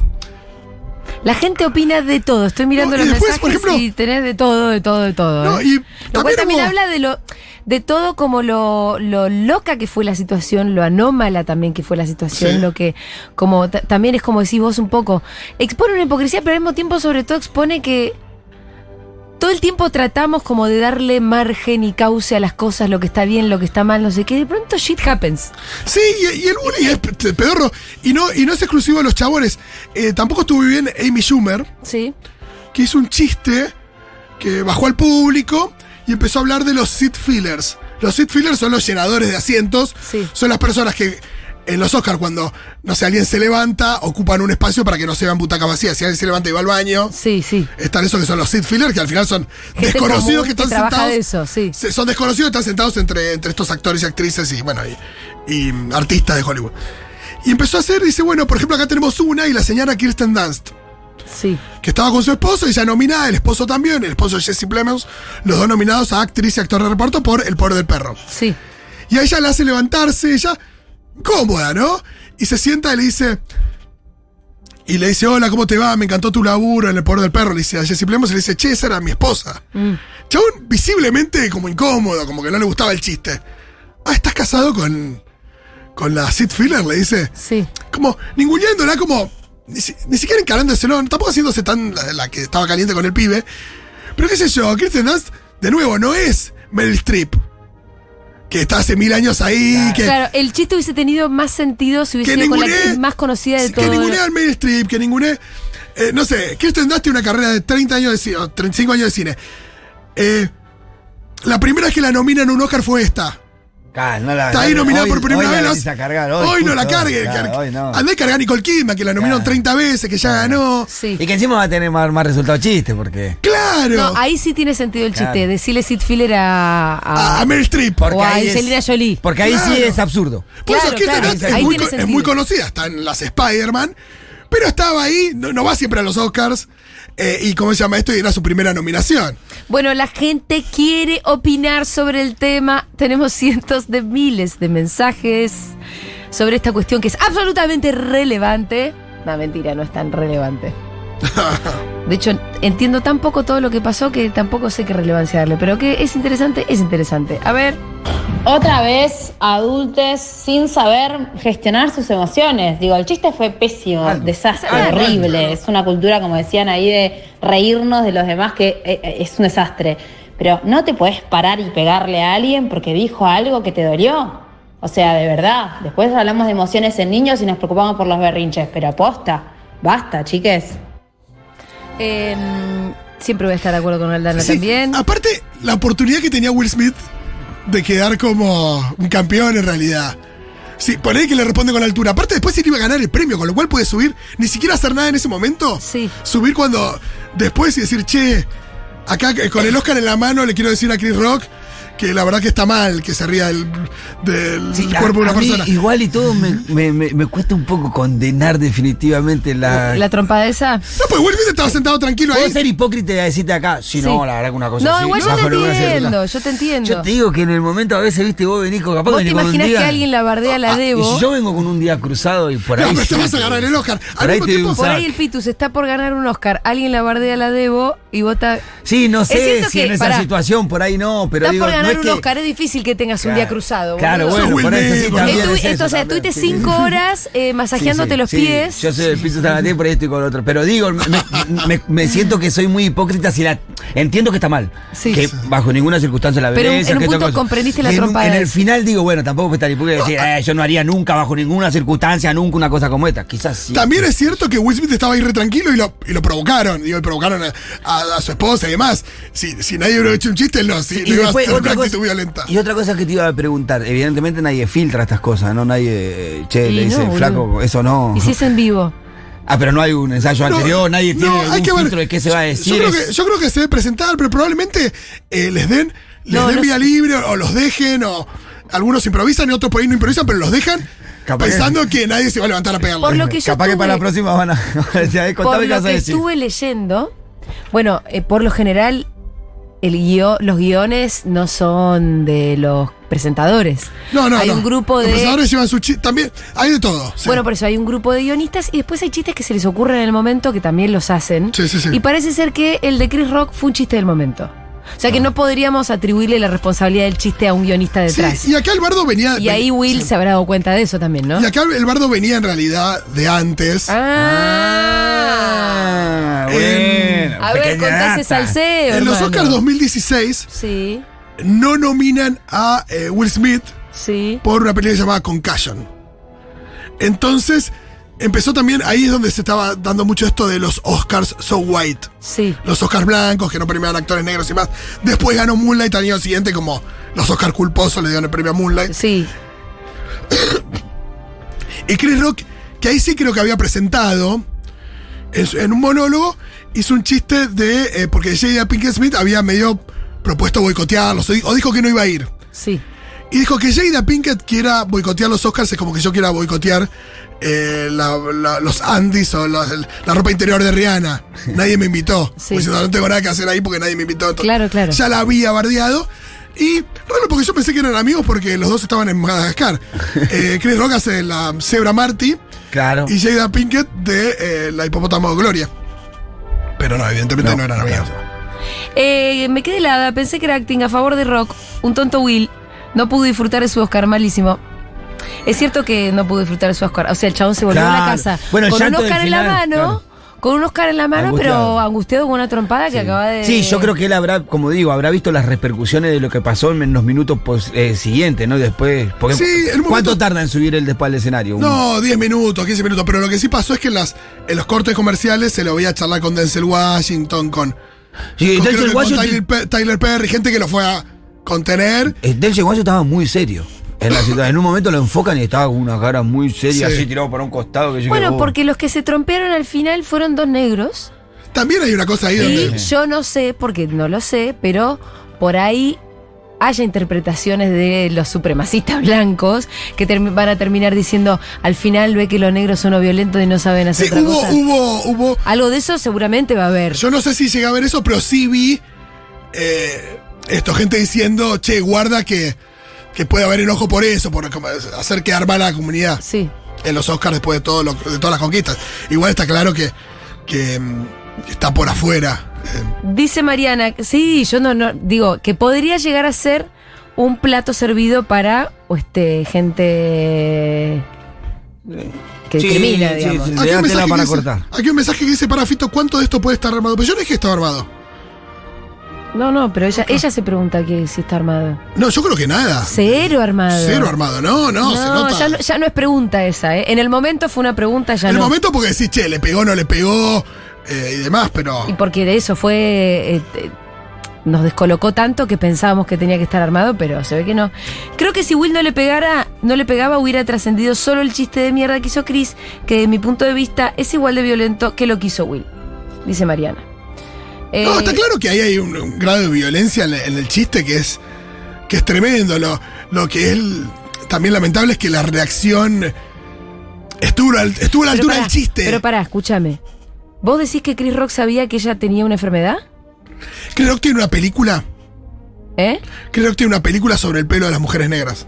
C: La gente opina de todo. Estoy mirando
B: No, y
C: los
B: después,
C: mensajes
B: por ejemplo-
C: y tenés de todo, de todo, de todo.
B: No,
C: ¿eh?
B: y
C: lo cual
B: también
C: también
B: hubo-
C: habla de lo de todo como lo, lo loca que fue la situación, lo anómala también que fue la situación,
B: Sí.
C: lo que como ta- también es como decís vos un poco, expone una hipocresía, pero al mismo tiempo sobre todo expone que todo el tiempo tratamos como de darle margen y cauce a las cosas, lo que está bien, lo que está mal, no sé qué, de pronto shit happens.
B: Sí, y, y el bullying es pe- pedorro. Y no, y no es exclusivo de los chabones. Eh, tampoco estuvo bien Amy Schumer,
C: Sí.
B: que hizo un chiste que bajó al público y empezó a hablar de los seat fillers. Los seat fillers son los llenadores de asientos.
C: Sí.
B: Son las personas que en los Oscars, cuando, no sé, alguien se levanta, ocupan un espacio para que no se vean butacas vacías. Si alguien se levanta y va al baño,
C: Sí, sí.
B: están esos que son los seat fillers, que al final son
C: Gente
B: desconocidos
C: común
B: que están
C: trabaja
B: sentados.
C: de eso, sí.
B: Se- Son desconocidos, están sentados entre, entre estos actores y actrices y, bueno, y, y artistas de Hollywood. Y empezó a hacer, dice, bueno, por ejemplo, acá tenemos una y la señora Kirsten Dunst,
C: Sí.
B: que estaba con su esposo, ella nominada, el esposo también, el esposo de Jesse Plemons, los dos nominados a actriz y actor de reparto por El poder del perro.
C: Sí.
B: Y a ella la hace levantarse, ella, cómoda, ¿no? Y se sienta y le dice. Y le dice, hola, ¿cómo te va? Me encantó tu laburo en el poder del perro. Le dice a Jessy Plemons y le dice, che, esa era mi esposa. Chabón, visiblemente como incómodo, como que no le gustaba el chiste. Ah, ¿estás casado con. con la Sid Filler? Le dice.
C: Sí.
B: Como, ninguneándola, como. Ni, si- ni siquiera encarándoselo, tampoco haciéndose tan la, la que estaba caliente con el pibe. Pero qué sé yo, Kirsten Dunst, de nuevo, no es Meryl Streep. Que está hace mil años ahí, que,
C: Claro, el chiste hubiese tenido más sentido si hubiese
B: que
C: sido con la
B: ninguné-
C: actriz más conocida de
B: sí,
C: todo.
B: Que ninguné al Meryl Streep, que ninguné. eh, no sé, Kirsten Dunst tiene una carrera de 30 años de cine, o 35 años de cine. Eh, la primera vez que la nominan a un Oscar fue esta.
D: Ah, no la-
B: Está ahí
D: no-
B: nominada
D: hoy-
B: por primera
D: hoy
B: vez.
D: la
B: no-
D: venís a cargar,
B: hoy no
D: justo,
B: la cargue.
D: claro,
B: car-
D: hoy no.
B: Andá y cargá a Nicole Kidman, que la nominaron
D: Claro.
B: 30 veces, que ya ganó.
C: Sí.
D: Y que encima va a tener más, más resultado chiste, porque.
B: ¡Claro!
C: No, ahí sí tiene sentido el chiste.
D: Claro.
C: Decirle Sid Filler a, a-
B: a, a Meryl Streep.
D: Porque
C: o a
D: ahí es-
C: Angelina Jolie.
D: Porque ahí sí
B: Claro.
D: es absurdo.
B: Por
C: Claro,
B: eso Kirsten
C: claro,
B: Dunst
C: ahí
B: es, muy,
C: tiene
B: co- es
C: sentido.
B: muy conocida, está en las Spider-Man, pero estaba ahí, no, no va siempre a los Oscars, eh, y cómo se llama esto, y era su primera nominación.
C: Bueno, la gente quiere opinar sobre el tema. Tenemos cientos de miles de mensajes sobre esta cuestión que es absolutamente relevante. No, mentira, no es tan relevante. De hecho, entiendo tan poco todo lo que pasó que tampoco sé qué relevancia darle. Pero que es interesante, es interesante. A ver.
K: Otra vez, adultos sin saber gestionar sus emociones. Digo, el chiste fue pésimo,
D: Algo.
K: desastre,
C: Algo.
K: horrible. Es una cultura, como decían ahí, de reírnos de los demás, que eh, eh, es un desastre. Pero no te puedes parar y pegarle a alguien porque dijo algo que te dolió. O sea, de verdad. Después hablamos de emociones en niños y nos preocupamos por los berrinches, pero aposta. Basta, chiques.
C: em, siempre voy a estar de acuerdo con Aldana
B: Sí,
C: también.
B: Aparte, la oportunidad que tenía Will Smith de quedar como un campeón en realidad. Sí, poné que le responde con altura. Aparte, después él iba a ganar el premio, con lo cual puede subir, ni siquiera hacer nada en ese momento.
C: Sí.
B: Subir cuando. Después y decir, che, acá eh, con el Oscar en la mano le quiero decir a Chris Rock que la verdad que está mal que se ría del, del
D: Sí, a-
B: cuerpo de una
D: a mí
B: persona.
D: igual y todo me, me- me- me cuesta un poco condenar definitivamente la.
C: La trompada esa.
B: No, pues Will Smith estaba sentado tranquilo
D: Puedo
B: ahí.
D: ser hipócrita y decirte acá, si no,
C: Sí.
D: la verdad que una cosa
C: No,
D: así,
C: igual yo
D: bajo
C: te
D: ninguna
C: entiendo,
D: circunstancia.
C: yo te entiendo.
D: Yo te digo que en el momento a veces, viste, vos venís con capaz
C: Vos
D: que
C: te
D: con un
C: imaginás
D: día-
C: que alguien la bardea a la
D: Ah,
C: Debo.
D: Y si yo vengo con un día cruzado y por
B: No,
D: ahí.
B: pero te
D: sí,
B: vas a ganar el Oscar. Al
D: Por ahí
B: mismo
D: te digo
B: tiempo-
D: un
C: Por ahí
D: sac.
C: el Pitus está por ganar un Oscar. Alguien la bardea la debo y vota.
D: Sí, no sé
C: cierto
D: si
C: que,
D: en esa
C: pará,
D: situación por ahí no, pero
C: Está
D: digo,
C: por
D: no
C: ganar
D: es
C: un
D: que-
C: Oscar. Es difícil que tengas un día cruzado.
D: Claro,
C: boludo.
D: bueno,
B: Sos
D: por eso sí
B: Will
D: también
C: Estuvi-
D: es eso
C: o sea,
D: también,
C: estuviste
D: sí,
C: cinco
D: sí.
C: horas eh, masajeándote
D: Sí, sí,
C: los
D: sí.
C: pies.
D: Yo soy del piso de Tarantín, por ahí estoy con otro. Pero digo, me, me- me- me siento que soy muy hipócrita si la. Entiendo que está mal.
C: Sí.
D: Que
C: Sí.
D: bajo ninguna circunstancia la
C: Pero
D: violencia.
C: en un
D: que
C: punto
D: otra cosa.
C: comprendiste la
D: en, un-
C: trompada
D: En el
C: esa.
D: final digo, bueno, tampoco fue tan hipócrita decir, "Eh, yo no haría nunca bajo ninguna circunstancia, nunca una cosa como esta. Quizás sí.
B: También es cierto que Will Smith estaba ahí re tranquilo y lo, y lo provocaron. Digo, y provocaron a, a- a su esposa y demás. Si, si nadie hubiera hecho un chiste, él no. Si le iba a hacer una actitud violenta.
D: y otra cosa que te iba a preguntar, evidentemente nadie filtra estas cosas, ¿no? Nadie, eh, che,
C: Y
D: le
C: no,
D: dice,
C: boludo.
D: flaco, eso no.
C: Y si es en vivo.
D: Ah, pero no hay un ensayo
B: No,
D: anterior, nadie
B: no,
D: tiene
B: hay
D: un
B: que ver.
D: filtro de qué se va a
B: Yo
D: decir.
B: creo,
D: es-
B: que, yo creo que se debe presentar, pero probablemente eh, les den, les
C: No,
B: den
C: no
B: vía
C: sé.
B: libre o los dejen o algunos improvisan y otros por ahí no improvisan, pero los dejan
D: Capaz que-
B: pensando que nadie se va a levantar a pegarle.
C: Por lo que yo
D: Capaz que para la
C: tuve-
D: próxima van a. Contame
C: Por
D: qué
C: lo
D: vas a
C: que
D: decir.
C: estuve leyendo, bueno, eh, por lo general el guio- los guiones no son de los presentadores.
B: no, no,
C: hay
B: no.
C: un grupo de
B: Los pensadores llevan su chiste. También hay de todo. sí.
C: Bueno, por eso hay un grupo de guionistas y después hay chistes que se les ocurren en el momento que también los hacen.
B: Sí, sí, sí.
C: Y parece ser que el de Chris Rock fue un chiste del momento. O sea que no podríamos atribuirle la responsabilidad del chiste a un guionista detrás.
B: Ah. Sí, y acá el bardo venía.
C: y ahí Will
B: sí.
C: se habrá dado cuenta de eso también, ¿no?
B: Y acá el bardo venía en realidad de antes.
C: Ah.
D: Ah,
B: En-
D: bueno,
C: A ver,
D: pequeña
C: contá ese
D: data.
C: salseo.
B: en los
C: hermano.
B: Oscars 2016
C: Sí,
B: no nominan a eh, Will Smith
C: sí.
B: por una película llamada Concussion. Entonces, empezó también, ahí es donde se estaba dando mucho esto de los Oscars so white.
C: Sí.
B: Los Oscars blancos, que no premiaban actores negros y más. Después ganó Moonlight al año siguiente, como los Oscars culposos le dieron el premio a Moonlight.
C: Sí.
B: Y Chris Rock, que ahí sí creo que había presentado, en, su- en un monólogo, hizo un chiste de. eh, porque J.D. Pinkett Smith había medio propuesto boicotearlos, o di- o dijo que no iba a ir.
C: Sí.
B: Y dijo que Jada Pinkett quiera boicotear los Oscars es como que yo quiera boicotear eh, la- la- los Andes o la, la ropa interior de Rihanna. Nadie me invitó.
C: Sí.
B: Como diciendo, no tengo nada que hacer ahí porque nadie me invitó. Entonces,
C: Claro, claro.
B: Ya la había bardeado. Y raro porque yo pensé que eran amigos porque los dos estaban en Madagascar. Eh, Chris Rock hace la Zebra Marty
D: Claro.
B: y Jada Pinkett de eh, la hipopótamo Gloria. Pero no, evidentemente no, eran amigos.
C: Eh, me quedé helada, pensé que era acting a favor de Rock. Un tonto Will. No pudo disfrutar de su Oscar, malísimo. Es cierto que no pudo disfrutar de su Oscar. O sea, el chabón se volvió a la
D: Claro.
C: casa
D: Bueno, el
C: con un
D: llanto del
C: Oscar en la
D: final,
C: mano.
D: claro.
C: Con un Oscar en la mano, pero
D: Angustiado.
C: angustiado con una trompada que acaba de.
D: Sí, yo creo que él habrá, como digo, habrá visto las repercusiones de lo que pasó en los minutos pos- eh, siguientes, ¿no? Después. Porque,
B: Sí, en un
D: ¿Cuánto
B: momento-
D: tarda en subir él después al escenario? Un-
B: No, 10 minutos, 15 minutos. Pero lo que sí pasó es que en, las, en los cortes comerciales se lo veía charlar con Denzel Washington, con,
D: Sí,
B: con- creo
D: Denzel
B: que con
D: Washington-
B: Tyler, Pe- Tyler Perry, gente que lo fue a contener.
D: Eh, Denzel Washington estaba muy serio. En, la situación. en un momento lo enfocan y estaba con una cara muy seria,
B: Sí.
D: así tirado para un costado. Que yo
C: Bueno,
D: digo, oh.
C: porque los que se trompearon al final fueron dos negros.
B: También hay una cosa ahí
C: Y
B: donde.
C: yo no sé, porque no lo sé, pero por ahí haya interpretaciones de los supremacistas blancos que termi- van a terminar diciendo al final ve que los negros son no violentos y no saben hacer
B: Sí,
C: otra
B: hubo,
C: cosa.
B: hubo, hubo.
C: Algo de eso seguramente va a haber.
B: Yo no sé si llegué a ver eso, pero sí vi eh, esto, gente diciendo, che, guarda que, que puede haber enojo por eso, por como hacer quedar mal a la comunidad.
C: Sí.
B: en los Oscars después de, todo lo- de todas las conquistas. Igual está claro que, que, mm, está por afuera. eh,
C: Dice Mariana, sí, yo no, no digo que podría llegar a ser un plato servido para o este gente que
D: Sí,
C: discrimina,
D: sí,
C: digamos.
D: sí,
B: aquí,
D: Le
B: hay
D: da
B: un
D: tela
B: mensaje
D: para
B: que dice-
D: cortar.
B: aquí hay un mensaje que dice, para Fito, ¿cuánto de esto puede estar armado? Pero yo no dije que estaba armado.
C: No, no, pero ella, ella se pregunta que si está armado.
B: No, yo creo que nada.
C: Cero armado.
B: Cero armado. No, no, se nota.
C: Ya, no, ya no es pregunta esa, ¿eh? En el momento fue una pregunta, ya
B: en el
C: no.
B: momento porque decís, che, le pegó, no le pegó eh, y demás, pero...
C: Y porque de eso fue. eh, eh, nos descolocó tanto que pensábamos que tenía que estar armado, pero se ve que no. Creo que si Will no le pegara, no le pegaba, hubiera trascendido solo el chiste de mierda que hizo Chris, que de mi punto de vista es igual de violento que lo que hizo Will, dice Mariana. Eh,
B: No, está claro que ahí hay un, un grado de violencia en, el- en el chiste que es, que es tremendo. Lo, lo que es el- también lamentable es que la reacción estuvo, al- estuvo a la
C: pero
B: altura
C: pará,
B: del chiste.
C: Pero pará, escúchame. ¿Vos decís que Chris Rock sabía que ella tenía una enfermedad?
B: Creo que tiene una película.
C: ¿Eh?
B: Creo que tiene una película sobre el pelo de las mujeres negras.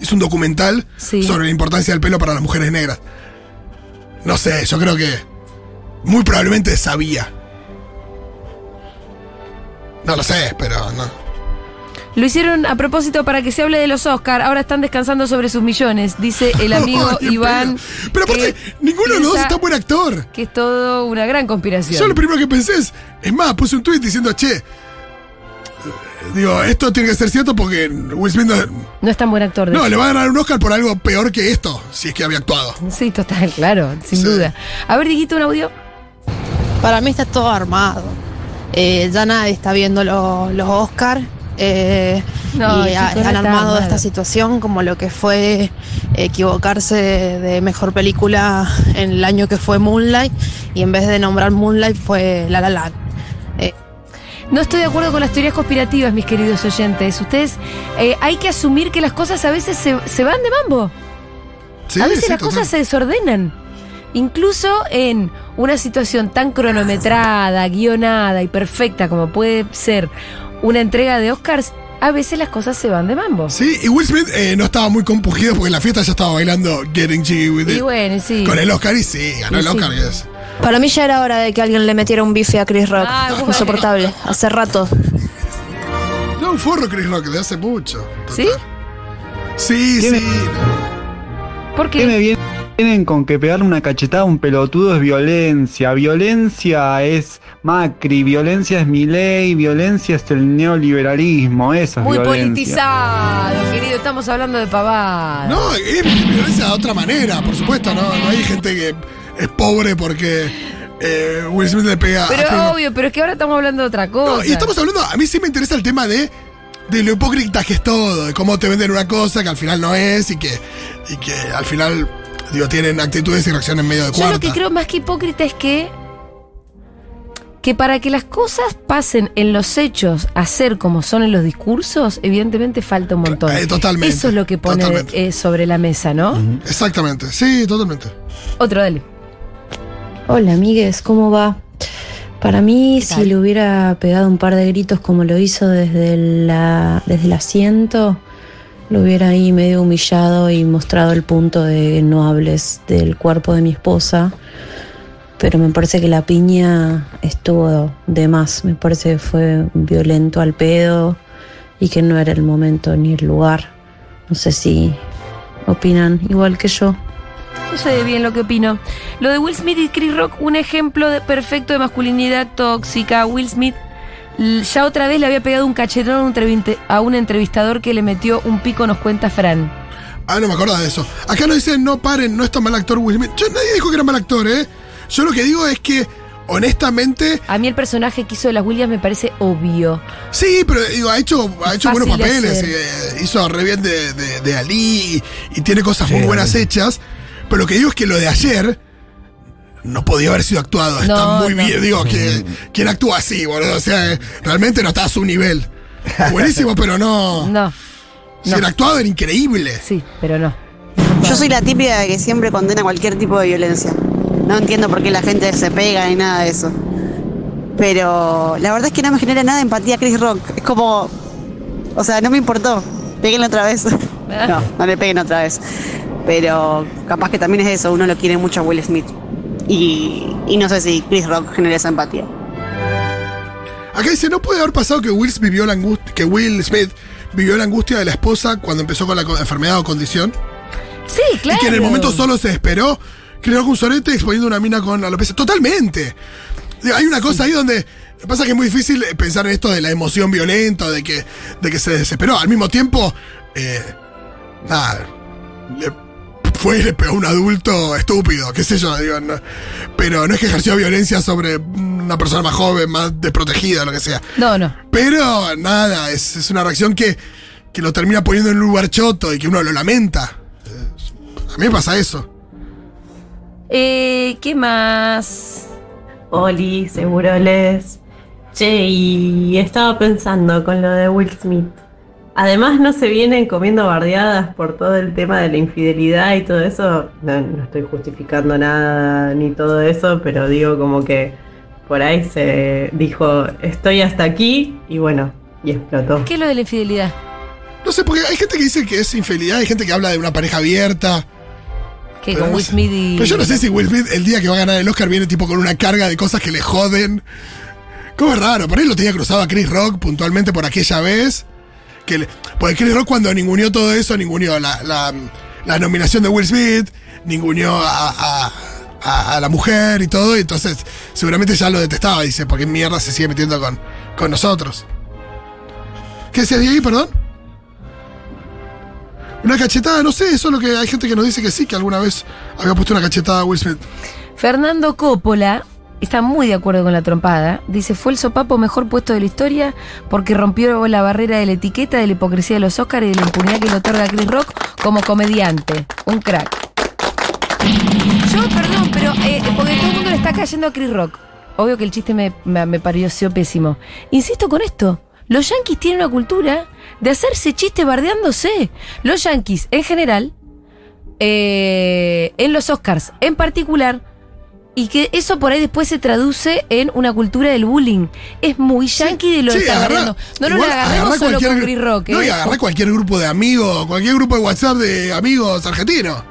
B: Es un documental
C: Sí.
B: sobre la importancia del pelo para las mujeres negras. No sé, yo creo que muy probablemente sabía. No lo sé, pero no.
C: Lo hicieron a propósito para que se hable de los Oscar. Ahora están descansando sobre sus millones, dice el amigo
B: Ay, qué
C: Iván. eh,
B: pedo. Pero aparte,
C: que
B: ninguno de los dos
C: piensa
B: es tan buen actor.
C: Que es todo una gran conspiración.
B: Yo lo primero que pensé es, es más, puse un tweet diciendo, che, eh, digo, esto tiene que ser cierto porque Will Smith no,
C: No es tan buen actor. De
B: no, le va a ganar un Oscar por algo peor que esto, si es que había actuado.
C: Sí, total, claro, sin
B: Sí.
C: duda. A ver, dijiste un audio.
L: Para mí está todo armado. Eh, ya nadie está viendo lo- los Oscar. eh,
C: No,
L: y ha-
C: chicos, no
L: han
C: está
L: armado
C: mal.
L: esta situación como lo que fue equivocarse de mejor película en el año que fue Moonlight y en vez de nombrar Moonlight fue La La Land. Eh,
C: No estoy de acuerdo con las teorías conspirativas, mis queridos oyentes. Ustedes, eh, hay que asumir que las cosas a veces se, se van de mambo.
B: Sí,
C: a veces
B: sí,
C: las
B: total.
C: cosas se desordenan. Incluso en una situación tan cronometrada, guionada y perfecta como puede ser una entrega de Oscars, a veces las cosas se van de mambo.
B: Sí, y Will Smith eh, no estaba muy compungido porque en la fiesta ya estaba bailando Getting Jiggy with
C: Y
B: It
C: bueno, y sí.
B: con el Oscar y sí, ganó
C: Y
B: el
C: sí.
B: Oscar. y es-
L: Para mí ya era hora de que alguien le metiera un bife a Chris Rock.
C: Ah, bueno.
L: Insoportable. Hace rato.
B: No, un forro Chris Rock de hace mucho. total.
C: ¿Sí?
B: Sí, sí.
C: ¿Por
M: ¿Qué me
C: qué?
M: viene- vienen con que pegarle una cachetada a un pelotudo es violencia? Violencia es Macri, violencia es Milei, violencia es el neoliberalismo, eso es
C: Muy
M: violencia.
C: politizado, querido. Estamos hablando de pavada.
B: No, es violencia de otra manera, por supuesto, ¿no? No hay gente que es pobre porque eh, Will Smith le pega a
C: pero
B: Chris Rock.
C: obvio, pero es que ahora estamos hablando de otra cosa.
B: No, y estamos hablando, a mí sí me interesa el tema de, de lo hipócrita que es todo, de cómo te venden una cosa que al final no es y que, y que al final, digo, tienen actitudes y reacciones medio de
C: Yo
B: cuarta.
C: lo que creo más que hipócrita es que. Que para que las cosas pasen en los hechos a ser como son en los discursos, evidentemente falta un montón.
B: Eh, totalmente,
C: Eso es lo que pone
B: totalmente.
C: eh, sobre la mesa, ¿no?
B: Exactamente, sí, totalmente.
C: Otro, dale.
N: Hola amigues, ¿cómo va? Para mí,
C: tal?
N: si le hubiera pegado un par de gritos como lo hizo desde, la, desde el asiento, lo hubiera ahí medio humillado y mostrado el punto de no hables del cuerpo de mi esposa. Pero me parece que la piña estuvo de más, me parece que fue violento al pedo y que no era el momento ni el lugar. No sé si opinan igual que yo.
C: No sé bien lo que opino. Lo de Will Smith y Chris Rock, un ejemplo de- perfecto de masculinidad tóxica. Will Smith l- ya otra vez le había pegado un cachetón a un entrevinte- a un entrevistador que le metió un pico, nos cuenta Fran.
B: Ah, no me acordaba de eso. Acá no dicen no paren, no es tan mal actor Will Smith. Yo, nadie dijo que era mal actor, ¿eh? Yo lo que digo es que, honestamente,
C: A mí el personaje que hizo de las Williams me parece obvio.
B: sí, pero digo, ha hecho, ha hecho
C: Fácil
B: buenos
C: de
B: papeles.
C: hacer.
B: eh, hizo re bien de, de- de Ali y, y tiene cosas muy buenas hechas. Pero lo que digo es que lo de ayer no podía haber sido actuado. Está
C: No,
B: muy
C: no.
B: bien. Digo, que, ¿quién actúa así, boludo? O sea, eh, realmente no está a su nivel. Buenísimo, pero no.
C: No.
B: Si era actuado era increíble.
C: Sí, pero no.
O: Yo soy la típica de que siempre condena cualquier tipo de violencia. No entiendo por qué la gente se pega ni nada de eso. Pero la verdad es que no me genera nada de empatía Chris Rock. Es como. O sea, no me importó. Péguenlo otra vez. No, no le peguen otra vez. Pero capaz que también es eso. Uno lo quiere mucho a Will Smith. Y, y no sé si Chris Rock genera esa empatía.
B: Acá dice, no puede haber pasado que Will, vivió la angustia, que Will Smith vivió la angustia de la esposa cuando empezó con la co- enfermedad o condición.
C: Sí, claro.
B: Y que en el momento solo se esperó, creó un sorete exponiendo una mina con alopecia. Totalmente. Digo, Hay una cosa ahí donde... lo que Pasa es que es muy difícil eh, pensar en esto de la emoción violenta, de que, de que se desesperó. Al mismo tiempo, eh, nada, le fue y le pegó a un adulto estúpido, qué sé yo, digo, no- pero no es que ejerció violencia sobre una persona más joven, más desprotegida, lo que sea.
C: No, no.
B: Pero nada, es, es una reacción que, que lo termina poniendo en un lugar choto y que uno lo lamenta. Eh, A mí me pasa eso.
C: Eh, ¿Qué más?
P: Oli, seguro les. Che, y estaba pensando con lo de Will Smith. Además, no se vienen comiendo bardeadas por todo el tema de la infidelidad y todo eso. No, no estoy justificando nada ni todo eso, pero digo como que por ahí se dijo, estoy hasta aquí y bueno, y explotó.
C: ¿Qué es lo de la infidelidad?
B: No sé, porque hay gente que dice que es infidelidad, hay gente que habla de una pareja abierta.
C: Que
B: Pero
C: con
B: no
C: Will
B: sé.
C: Smith y.
B: Pero yo no sé si Will Smith el día que va a ganar el Oscar viene tipo con una carga de cosas que le joden. Cómo es raro, por ahí lo tenía cruzado a Chris Rock puntualmente por aquella vez. Que le- porque Chris Rock cuando ninguneó todo eso, ninguneó la, la- la nominación de Will Smith, ninguneó a, a- a- a la mujer y todo, y entonces seguramente ya lo detestaba, dice, porque mierda se sigue metiendo con, con nosotros. ¿Qué decías de ahí, perdón? Una cachetada, no sé, eso es lo que hay gente que nos dice que sí, que alguna vez había puesto una cachetada a Will Smith.
C: Fernando Coppola está muy de acuerdo con la trompada. Dice, fue el sopapo mejor puesto de la historia porque rompió la barrera de la etiqueta, de la hipocresía de los Oscars y de la impunidad que le otorga Chris Rock como comediante. Un crack. Yo, perdón, pero eh, porque todo el mundo le está cayendo a Chris Rock. Obvio que el chiste me, me, me pareció pésimo. Insisto con esto. Los yankees tienen una cultura de hacerse chistes bardeándose. Los yankees, en general, eh, en los Oscars en particular, y que eso por ahí después se traduce en una cultura del bullying. Es muy yankee de lo que
B: Sí,
C: está
B: agarrá-
C: bardeando. No nos
B: igual
C: la
B: agarrá
C: agarremos solo
B: cualquier
C: con
B: gru-
C: Chris Rock.
B: No,
C: ¿eh?
B: y agarrá cualquier grupo de amigos, cualquier grupo de WhatsApp de amigos argentinos.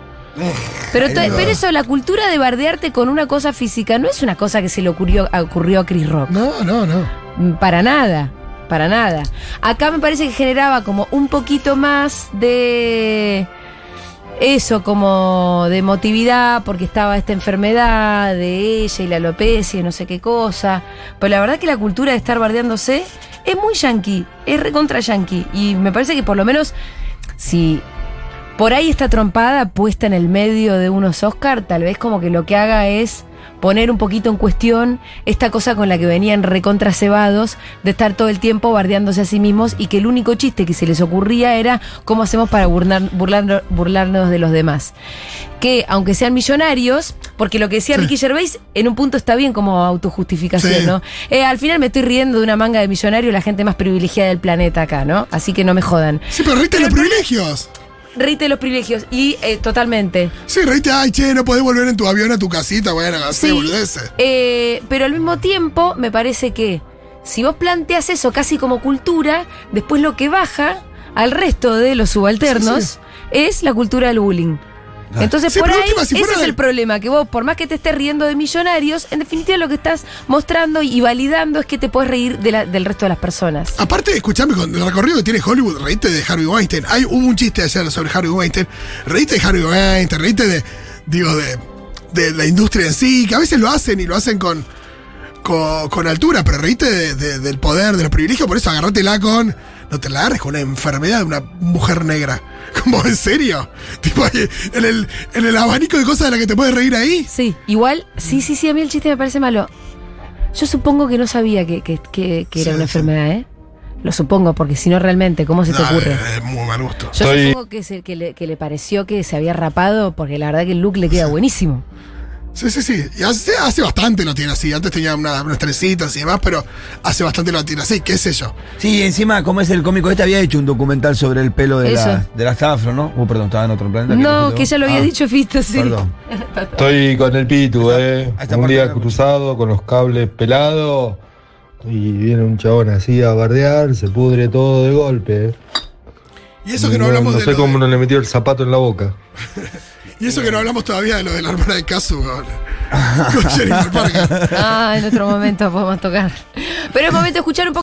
C: Pero,
B: Ahí
C: te-
B: va.
C: pero eso, la cultura de bardearte con una cosa física no es una cosa que se le ocurrió, ocurrió a Chris Rock.
B: No, no, no.
C: Mm, Para nada, para nada. Acá me parece que generaba como un poquito más de eso, como de emotividad, porque estaba esta enfermedad de ella y la alopecia y no sé qué cosa. Pero la verdad que la cultura de estar bardeándose es muy yanqui, es recontra yanqui. Y me parece que por lo menos si por ahí está trompada puesta en el medio de unos Oscar, tal vez como que lo que haga es poner un poquito en cuestión esta cosa con la que venían recontra cebados de estar todo el tiempo bardeándose a sí mismos y que el único chiste que se les ocurría era cómo hacemos para burlar- burlar- burlarnos de los demás. Que aunque sean millonarios, porque lo que decía Ricky Gervais en un punto está bien como autojustificación,
Q: Sí.
C: ¿no? Eh, al final me estoy riendo de una manga de millonario, la gente más privilegiada del planeta acá, ¿no? Así que no me jodan.
B: Sí, pero reíte de los privilegios.
C: Reíte de los privilegios y eh, totalmente.
B: Sí, reíte, ay, che, no podés volver en tu avión a tu casita, bueno, así,
C: Sí.
B: boludeces.
C: Eh, pero al mismo tiempo, me parece que si vos planteas eso casi como cultura, después lo que baja al resto de los subalternos
B: Sí,
C: es la cultura del bullying.
B: Ah.
C: Entonces,
B: Sí,
C: por
B: pero
C: ahí,
B: última, si
C: ese
B: fuera-
C: es el problema, que vos, por más que te estés riendo de millonarios, en definitiva lo que estás mostrando y validando es que te podés reír de la- del resto de las personas.
B: Aparte, escuchame, con el recorrido que tiene Hollywood, reíte de Harvey Weinstein. Hay, hubo un chiste ayer sobre Harvey Weinstein. Reíte de Harvey Weinstein, reíte de, digo, de, de la industria en sí, que a veces lo hacen y lo hacen con, con, con altura, pero reíte de- de- del poder, de los privilegios, por eso agarrátela con... No te la agarres con una enfermedad de una mujer negra. Como, ¿en serio? Tipo, en el, en el abanico de cosas de las que te puedes reír ahí.
C: Sí, igual,
B: Mm.
C: sí, sí, sí, a mí el chiste me parece malo. Yo supongo que no sabía que, que- que- que era
B: Sí,
C: una
B: sí.
C: enfermedad, ¿eh? Lo supongo, porque si no realmente, ¿cómo se te
B: No,
C: ocurre?
B: es- Es muy mal gusto.
C: Yo supongo que, se- que le, que le pareció que se había rapado, porque la verdad que el look le queda buenísimo.
B: Sí, sí, sí. Y hace, hace bastante lo tiene así. Antes tenía una- unas trencitas y demás, pero hace bastante lo tiene así, qué sé yo.
D: Sí, encima, como es el cómico este, había hecho un documental sobre el pelo de
C: Eso.
D: la, de la Zafro, ¿no? Uh, perdón, estaba en otro planeta.
C: No, que ya lo había dicho Fito, sí.
D: Ah, Perdón.
R: Estoy con el Pitu, eh. Un día cruzado, con los cables pelados. Y viene un chabón así a bardear, se pudre todo de golpe. eh.
B: Y eso que no hablamos
R: No
B: de
R: sé
B: lo
R: cómo no le metió el zapato en la boca.
B: Y eso que no hablamos todavía de lo de la hermana de Casu con, con Jennifer Parker.
C: Ah, en otro momento podemos tocar. Pero es momento de escuchar un